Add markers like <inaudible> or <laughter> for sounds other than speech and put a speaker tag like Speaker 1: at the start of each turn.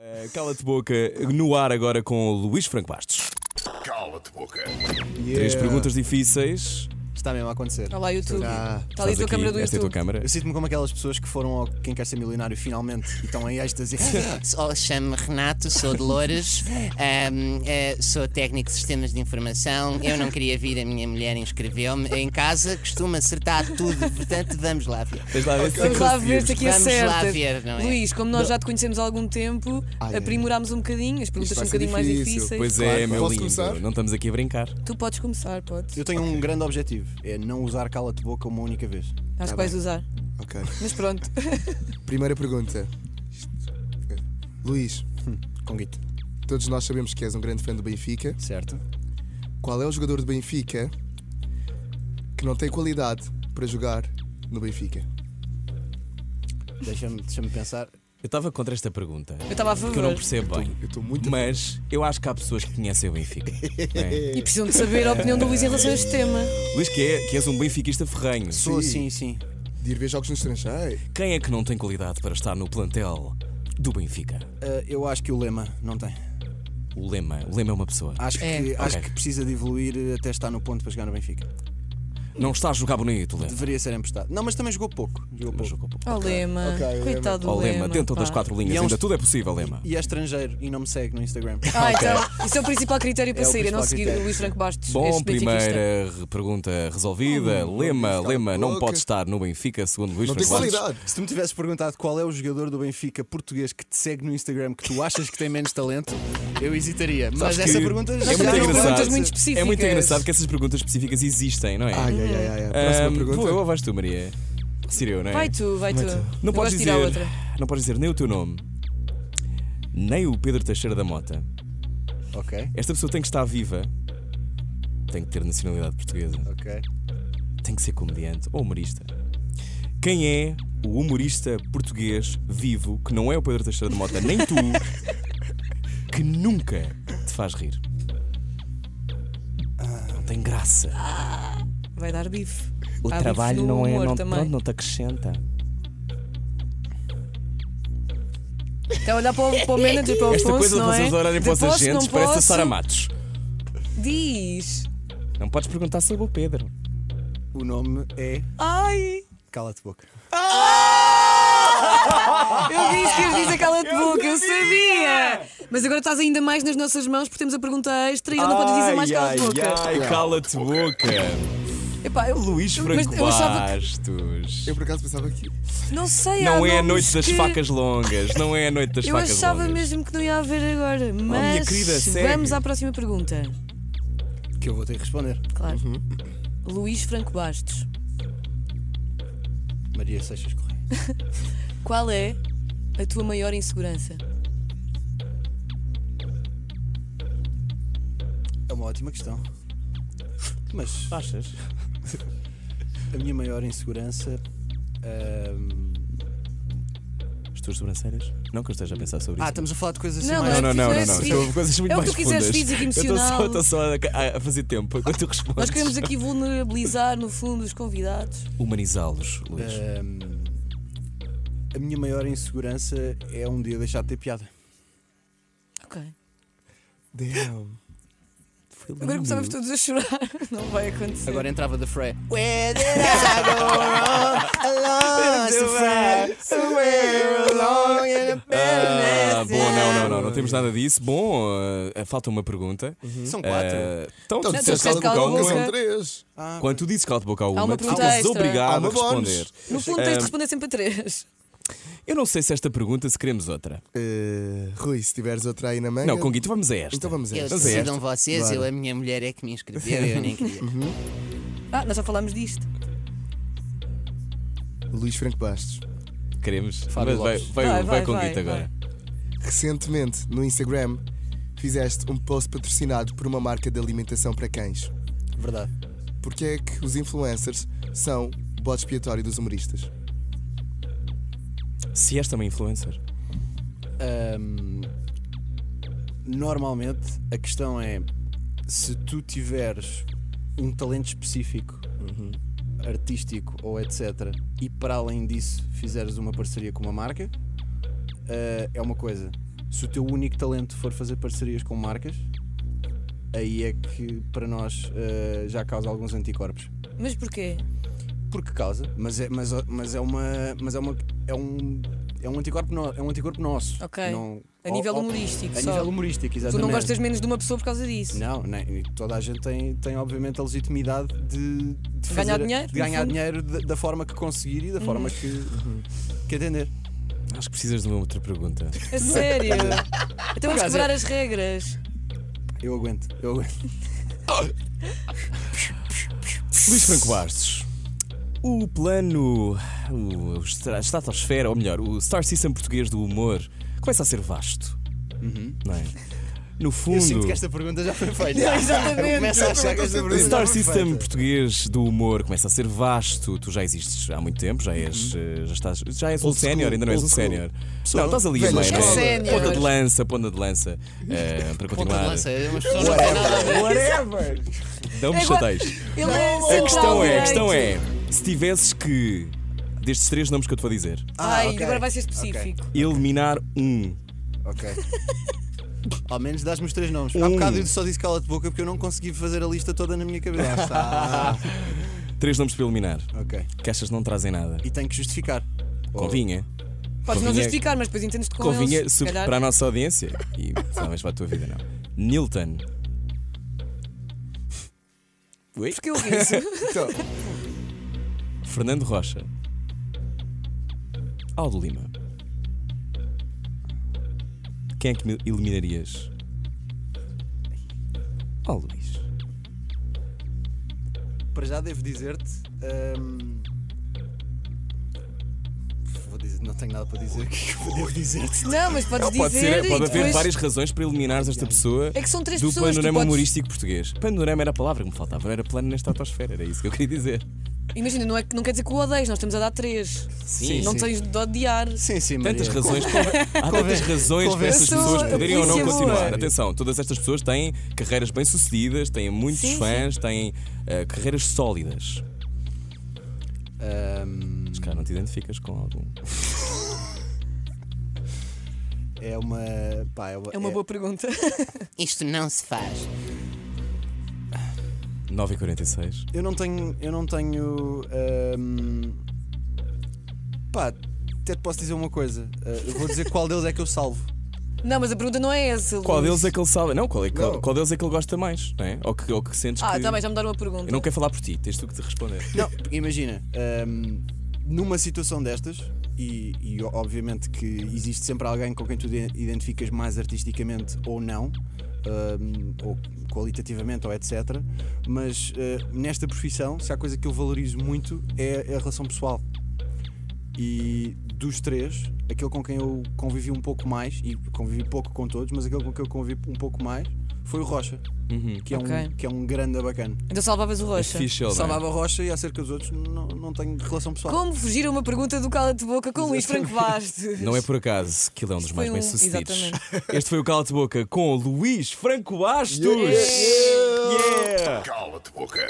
Speaker 1: Eh, Cala-te boca no ar agora com o Luís Franco Bastos.
Speaker 2: Cala-te boca.
Speaker 3: É.
Speaker 1: Três perguntas difíceis.
Speaker 3: Está mesmo a acontecer.
Speaker 4: Olha lá, YouTube.
Speaker 3: Ah,
Speaker 4: Está ali a
Speaker 1: Estás
Speaker 4: tua
Speaker 1: aqui,
Speaker 4: câmara do
Speaker 1: Esta é a tua
Speaker 4: YouTube.
Speaker 1: câmara.
Speaker 3: Eu sinto-me como aquelas pessoas que foram ao Quem Quer Ser Milionário finalmente e estão em
Speaker 4: <laughs>
Speaker 3: êxtase.
Speaker 5: Oh, Chamo-me Renato, sou de Loures, ahm, eh, sou técnico de sistemas de informação. Eu não queria vir, a minha mulher inscreveu-me. Em casa costumo acertar tudo, portanto vamos lá ver.
Speaker 1: Tens lá a ver se
Speaker 4: Vamos lá ver
Speaker 1: conseguimos.
Speaker 4: se aqui
Speaker 5: Vamos lá
Speaker 4: acertas.
Speaker 5: ver, não é?
Speaker 4: Luís, como nós já te conhecemos há algum tempo,
Speaker 3: Ai, ai.
Speaker 4: aprimorámos um bocadinho, as perguntas
Speaker 6: Isto
Speaker 4: são um
Speaker 6: vai ser
Speaker 4: bocadinho mais
Speaker 6: difícil.
Speaker 4: difíceis.
Speaker 1: Pois é,
Speaker 6: Claro,
Speaker 1: meu
Speaker 6: posso
Speaker 1: lindo.
Speaker 6: começar?
Speaker 1: Não estamos aqui a brincar.
Speaker 4: Tu podes começar, podes.
Speaker 3: Eu tenho um grande objetivo: é não usar cala-te-boca uma única vez.
Speaker 4: Acho
Speaker 6: tá
Speaker 4: que vais usar.
Speaker 6: Ok.
Speaker 4: Mas pronto. <laughs>
Speaker 6: Primeira pergunta. Luís,
Speaker 3: Com guito.
Speaker 6: todos nós sabemos que és um grande fã do Benfica.
Speaker 3: Certo?
Speaker 6: Qual é o jogador do Benfica que não tem qualidade para jogar no Benfica?
Speaker 3: Deixa-me deixa-me pensar.
Speaker 1: Eu estava contra esta pergunta.
Speaker 4: Eu estava a favor.
Speaker 1: Que eu não percebo bem.
Speaker 6: Eu estou muito.
Speaker 1: Mas eu acho que há pessoas que conhecem o Benfica. não é?
Speaker 4: <laughs> E precisam de saber a opinião do Luís em relação a este tema.
Speaker 1: Luís, que, é, que és um benfiquista ferranho.
Speaker 3: Sou assim, sim.
Speaker 6: De ir ver jogos no estrangeiro.
Speaker 1: Quem é que não tem qualidade para estar no plantel do Benfica?
Speaker 3: Ah, eu acho que o lema não tem.
Speaker 1: O Lema. O Lema é uma pessoa.
Speaker 3: Acho,
Speaker 4: É.
Speaker 3: que, acho
Speaker 1: Ok.
Speaker 3: que precisa de evoluir até estar no ponto para jogar no Benfica.
Speaker 1: Não está a jogar bonito, o Lema.
Speaker 3: Deveria ser emprestado. Não, mas também jogou pouco. Jogou
Speaker 1: Não
Speaker 3: pouco.
Speaker 1: jogou pouco.
Speaker 4: Ó Lema,
Speaker 6: Ok, Lema.
Speaker 4: coitado
Speaker 1: Ó
Speaker 4: do Lema.
Speaker 1: Lema, dentro
Speaker 4: pá.
Speaker 1: das quatro linhas,
Speaker 3: E é um
Speaker 1: ainda
Speaker 3: est-
Speaker 1: tudo é possível, Lema.
Speaker 3: E é estrangeiro e não me segue no Instagram.
Speaker 4: Ah, então, isso é o principal critério para
Speaker 3: É o
Speaker 4: sair, é não
Speaker 3: principal
Speaker 4: seguir o
Speaker 3: critério.
Speaker 4: Luís Franco Bastos.
Speaker 1: Bom,
Speaker 4: este benfiquista.
Speaker 1: primeira re- pergunta resolvida.
Speaker 6: Hum,
Speaker 1: Lema, Lema não
Speaker 6: boca.
Speaker 1: pode estar no Benfica, segundo Luís
Speaker 6: Não tem
Speaker 1: Franco Bastos.
Speaker 6: qualidade.
Speaker 3: Se tu me tivesses perguntado qual é o jogador do Benfica português que te segue no Instagram que tu achas que tem menos talento, eu hesitaria. Mas
Speaker 1: Sabes
Speaker 3: essa
Speaker 1: que
Speaker 3: pergunta já
Speaker 1: é muito
Speaker 4: eram
Speaker 1: engraçado.
Speaker 4: perguntas
Speaker 1: É
Speaker 4: muito
Speaker 1: muito
Speaker 4: específicas.
Speaker 1: engraçado que essas perguntas específicas existem, não é?
Speaker 6: Ai, ai, ai, ai. ai. Próxima
Speaker 1: Ahm,
Speaker 6: pergunta.
Speaker 1: vou eu ou vais tu, Maria? Sirio, não é?
Speaker 4: Vai tu, vai tu.
Speaker 1: Não
Speaker 4: Eu
Speaker 1: podes
Speaker 4: gosto de
Speaker 1: dizer,
Speaker 4: tirar outra.
Speaker 1: não podes dizer nem o teu nome, nem o Pedro Teixeira da Mota.
Speaker 3: Ok,
Speaker 1: Esta pessoa tem que estar viva, tem que ter nacionalidade portuguesa,
Speaker 3: ok.
Speaker 1: tem que ser comediante ou humorista. Quem é o humorista português vivo que não é o Pedro Teixeira da Mota, nem
Speaker 4: <laughs>
Speaker 1: tu, que nunca te faz rir? Não tem graça.
Speaker 4: Vai dar bife.
Speaker 1: O
Speaker 4: Há bife
Speaker 1: trabalho
Speaker 4: no
Speaker 1: não é.
Speaker 4: humor
Speaker 1: Não,
Speaker 4: também.
Speaker 1: não, não te acrescenta.
Speaker 4: Está a olhar para o, para o manager, para o
Speaker 1: Esta
Speaker 4: Afonso,
Speaker 1: coisa de
Speaker 4: não
Speaker 1: vocês
Speaker 4: é?
Speaker 1: olharem para os
Speaker 4: De posse,
Speaker 1: agentes
Speaker 4: não
Speaker 1: parece a
Speaker 4: posso.
Speaker 1: Sara Matos.
Speaker 4: Diz.
Speaker 1: Não podes perguntar sobre o Pedro.
Speaker 3: O nome é
Speaker 4: Ai,
Speaker 3: Cala-te Boca.
Speaker 4: eu disse que ias dizer cala-te boca, eu sabia! Mas agora estás ainda mais nas nossas mãos porque temos a pergunta extra e já não podes dizer mais cala-te boca.
Speaker 1: Ai, cala-te boca.
Speaker 4: Epá, eu-
Speaker 1: Luís Franco
Speaker 4: Mas eu achava que-
Speaker 1: Bastos.
Speaker 6: Eu por acaso pensava que.
Speaker 4: Não sei, há
Speaker 1: Não é a
Speaker 4: nomes
Speaker 1: noite das
Speaker 4: que-
Speaker 1: facas longas. Não é a noite das
Speaker 4: Eu
Speaker 1: facas
Speaker 4: achava
Speaker 1: longas.
Speaker 4: mesmo que não ia haver agora, mas
Speaker 1: querida, segue.
Speaker 4: vamos à próxima pergunta.
Speaker 3: Que eu vou ter que responder.
Speaker 4: Claro.
Speaker 1: Uhum.
Speaker 4: Luís Franco Bastos,
Speaker 3: Maria Seixas Correia.
Speaker 4: qual é a tua maior insegurança?
Speaker 3: É uma ótima questão. Mas
Speaker 1: Achas?
Speaker 3: <laughs> a minha maior insegurança. ahm,
Speaker 1: As tuas sobrancelhas? Não que eu esteja a pensar sobre
Speaker 3: Ah,
Speaker 1: isso.
Speaker 3: estamos a falar de coisas assim
Speaker 4: Não,
Speaker 3: mais.
Speaker 1: Não, não, não,
Speaker 4: Não
Speaker 1: não,
Speaker 4: é
Speaker 1: não.
Speaker 4: físico.
Speaker 1: Estou- coisas muito
Speaker 4: É o que
Speaker 1: mais
Speaker 4: tu quiseres,
Speaker 1: fundas.
Speaker 4: físico,
Speaker 1: Eu estou só-
Speaker 4: emocional.
Speaker 1: Estou só, a, a fazer tempo enquanto tu respondes.
Speaker 4: Nós queremos aqui vulnerabilizar, no fundo, os convidados.
Speaker 1: Humanizá-los,
Speaker 4: É.
Speaker 1: Luís.
Speaker 3: Ahm, a minha maior insegurança é um dia deixar de ter piada.
Speaker 4: Ok.
Speaker 6: Damn.
Speaker 4: Agora começamos todos a chorar. <laughs> Não vai acontecer.
Speaker 3: Agora entrava da Freya.
Speaker 1: Ah, bom, não, não, não, não temos nada disso. Bom, ah, falta uma pergunta.
Speaker 3: São quatro.
Speaker 1: Ah, então,
Speaker 6: Então,
Speaker 1: tu
Speaker 6: tu
Speaker 4: tu
Speaker 6: disseste
Speaker 4: Uhum. disseste
Speaker 6: cala-te boca,
Speaker 4: cala-te
Speaker 6: uma,
Speaker 4: boca.
Speaker 6: são três.
Speaker 3: Ah,
Speaker 1: Quando tu dizes cala-te boca a
Speaker 4: uma
Speaker 1: uma, tu
Speaker 4: pergunta
Speaker 1: ficas
Speaker 4: extra.
Speaker 6: Há
Speaker 1: obrigado a
Speaker 6: uma bónus.
Speaker 1: responder.
Speaker 4: No fundo, tens
Speaker 1: Ah.
Speaker 4: de responder sempre a três.
Speaker 1: Eu não sei se esta pergunta, se queremos outra.
Speaker 6: Eh, Rui, se tiveres outra aí na manga.
Speaker 1: Não, Conguito, vamos a esta.
Speaker 6: Então vamos a
Speaker 5: Eles
Speaker 6: esta.
Speaker 1: Mas é
Speaker 5: decidam vocês, eu, a minha mulher é que me inscreveu, eu nem queria.
Speaker 4: Ah, nós já falámos disto.
Speaker 6: Luís Franco Bastos.
Speaker 1: Queremos.
Speaker 3: Fábio
Speaker 1: Mas vai,
Speaker 3: Lopes.
Speaker 1: vai, vai,
Speaker 4: Vai, vai,
Speaker 1: Conguito
Speaker 4: vai,
Speaker 1: agora.
Speaker 6: Recentemente, no Instagram, fizeste um post patrocinado por uma marca de alimentação para cães.
Speaker 3: verdade.
Speaker 6: Porquê é que os influencers são o bode expiatório dos humoristas?
Speaker 1: Se és também influencer.
Speaker 3: Ahm, normalmente a questão é se tu tiveres um talento específico, artístico ou etc., e para além disso fizeres uma parceria com uma marca, ah, é uma coisa. Se o teu único talento for fazer parcerias com marcas, aí é que para nós eh, já causa alguns anticorpos.
Speaker 4: Mas porquê?
Speaker 3: Porque causa, mas é, mas, mas é uma. Mas é uma. É um. É um anticorpo, no, é um anticorpo nosso.
Speaker 4: Ok.
Speaker 3: Não-
Speaker 4: A nível
Speaker 3: ou- ou-
Speaker 4: humorístico
Speaker 3: A
Speaker 4: só.
Speaker 3: nível humorístico,
Speaker 4: Tu
Speaker 3: exatamente.
Speaker 4: não gostas menos de uma pessoa por causa disso.
Speaker 3: Não, nem, e toda a gente tem, tem obviamente a legitimidade de, de
Speaker 4: Ganhar
Speaker 3: fazer-
Speaker 4: dinheiro,
Speaker 3: de
Speaker 4: no
Speaker 3: ganhar
Speaker 4: fundo. Uhum.
Speaker 3: dinheiro da, da forma que conseguir e da forma que, que atender.
Speaker 1: Acho que precisas de uma outra pergunta. <laughs>
Speaker 4: A sério. Então vamos quebrar as regras.
Speaker 3: Eu aguento, eu aguento.
Speaker 1: Luís Franco Bastos. O plano. O, estra- a estratosfera, ou melhor, o Star System português do humor começa a ser vasto. Não é? No
Speaker 3: Uhum. Eu
Speaker 1: fundo.
Speaker 3: sinto
Speaker 1: <laughs>
Speaker 3: que esta pergunta já foi feita.
Speaker 4: <laughs> Exatamente.
Speaker 3: Começa a achar que esta
Speaker 1: O
Speaker 3: pergunta é já
Speaker 1: Star
Speaker 3: foi
Speaker 1: System
Speaker 3: feita.
Speaker 1: português do humor começa a ser vasto. Tu já existes há muito tempo, já
Speaker 3: Uhum.
Speaker 1: és, eh, já estás, já és um
Speaker 6: Old school,
Speaker 1: sénior, ainda não és um
Speaker 6: old school.
Speaker 1: sénior. Não, estás ali a
Speaker 6: Velha
Speaker 1: meio, não
Speaker 6: escola.
Speaker 1: é?
Speaker 4: Sénior.
Speaker 1: Ponta de lança, ponta de lança. eh, para
Speaker 5: Ponta de
Speaker 1: continuar.
Speaker 5: lança, umas pessoas não têm nada a ver.
Speaker 1: Não me
Speaker 4: Agora-
Speaker 1: chateis.
Speaker 4: Ele é
Speaker 1: A
Speaker 4: central
Speaker 1: questão é, a
Speaker 4: direito.
Speaker 1: questão é, se tivesses que, destes três nomes que eu te vou dizer,
Speaker 4: Ai,
Speaker 3: Ah, ok.
Speaker 4: agora vai ser específico.
Speaker 1: eliminar um.
Speaker 3: Ok. <laughs> Ao menos dás-me os três nomes. Há
Speaker 1: Um.
Speaker 3: bocado eu só disse cala-te boca porque eu não consegui fazer a lista toda na minha cabeça.
Speaker 1: Três nomes para eliminar.
Speaker 3: <laughs> ok.
Speaker 1: Que estas não trazem nada.
Speaker 3: E tenho que justificar.
Speaker 1: Convinha.
Speaker 4: Podes não
Speaker 1: Convinha-
Speaker 4: justificar, mas depois entendes-te com
Speaker 1: Convinha
Speaker 4: eles. Oh. se
Speaker 1: sub-
Speaker 4: calhar.
Speaker 1: para a nossa audiência. E talvez para a tua vida, não. Nilton. Ui.
Speaker 4: Porque eu vi isso.
Speaker 6: Então,
Speaker 1: Fernando Rocha. Aldo Lima. Quem é que me eliminarias? Oh, Luís.
Speaker 3: Para já devo dizer-te. hum, vou dizer- não tenho nada para dizer. O que é que eu devo dizer-te?
Speaker 4: Não, mas podes dizer.
Speaker 1: Pode, ser,
Speaker 4: e
Speaker 1: pode haver
Speaker 4: depois-
Speaker 1: várias razões para eliminares esta pessoa
Speaker 4: É que são três
Speaker 1: do
Speaker 4: pessoas, tu
Speaker 1: panorama
Speaker 4: podes-
Speaker 1: humorístico português. Panorama era a palavra que me faltava, não era plano nesta atmosfera, era isso que eu queria dizer.
Speaker 4: Imagina, não, é, que- não quer dizer que o odeias, nós estamos a dar três.
Speaker 1: Sim,
Speaker 4: não
Speaker 3: sim.
Speaker 4: tens de odiar.
Speaker 3: Sim, sim,
Speaker 1: Tantas
Speaker 3: Maria.
Speaker 1: razões
Speaker 4: <laughs>
Speaker 1: para, há tantas razões para
Speaker 3: convém.
Speaker 1: essas
Speaker 4: Eu sou
Speaker 1: pessoas
Speaker 4: a
Speaker 1: poderem ou não
Speaker 4: polícia boa.
Speaker 1: continuar. Atenção, todas estas pessoas têm carreiras bem-sucedidas, têm muitos
Speaker 4: Sim,
Speaker 1: fãs, têm eh, carreiras sólidas.
Speaker 3: Hum,
Speaker 1: Mas cara, não te identificas com algum.
Speaker 3: é uma. Pá, é uma,
Speaker 4: É uma boa pergunta. <laughs>
Speaker 5: Isto não se faz.
Speaker 1: 9h46.
Speaker 3: Eu não tenho. Eu não tenho. hum, pá, até te posso dizer uma coisa. Uh, eu vou dizer qual deles é que eu salvo.
Speaker 4: Não, mas a pergunta não é essa. Luís.
Speaker 1: Qual deles é que ele sabe? Não, qual, é, qual,
Speaker 6: Não.
Speaker 1: qual deles é que ele gosta mais? Não é? ou, que, ou que sentes
Speaker 4: Ah,
Speaker 1: que.
Speaker 4: também já me deram uma pergunta.
Speaker 1: Eu não quero falar por ti, tens tu que te responder.
Speaker 3: Não, imagina, hum, numa situação destas, e, e obviamente que existe sempre alguém com quem tu de- identificas mais artisticamente ou não, hum, ou qualitativamente ou etc. Mas eh, nesta profissão, se há coisa que eu valorizo muito é a relação pessoal. E dos três, aquele com quem eu convivi um pouco mais, e convivi pouco com todos, mas aquele com quem eu convivi um pouco mais foi o Rocha, que, é
Speaker 4: Ok.
Speaker 3: um, que é um grande bacana.
Speaker 4: Então salvavas o Rocha.
Speaker 1: Fixe, ele, não é?
Speaker 3: Salvava Rocha e acerca dos outros não, não tenho relação pessoal.
Speaker 4: Como fugir a uma pergunta do Cala-te Boca com
Speaker 1: <laughs>
Speaker 4: Luís Franco Bastos?
Speaker 1: Não é por acaso que ele é um dos
Speaker 4: Isto
Speaker 1: mais
Speaker 4: foi um-
Speaker 1: bem sucedidos.
Speaker 4: exatamente.
Speaker 1: Este foi o Cala de Boca com o Luís Franco Bastos.
Speaker 6: Yeah.
Speaker 1: Yeah.
Speaker 2: Cala-te boca.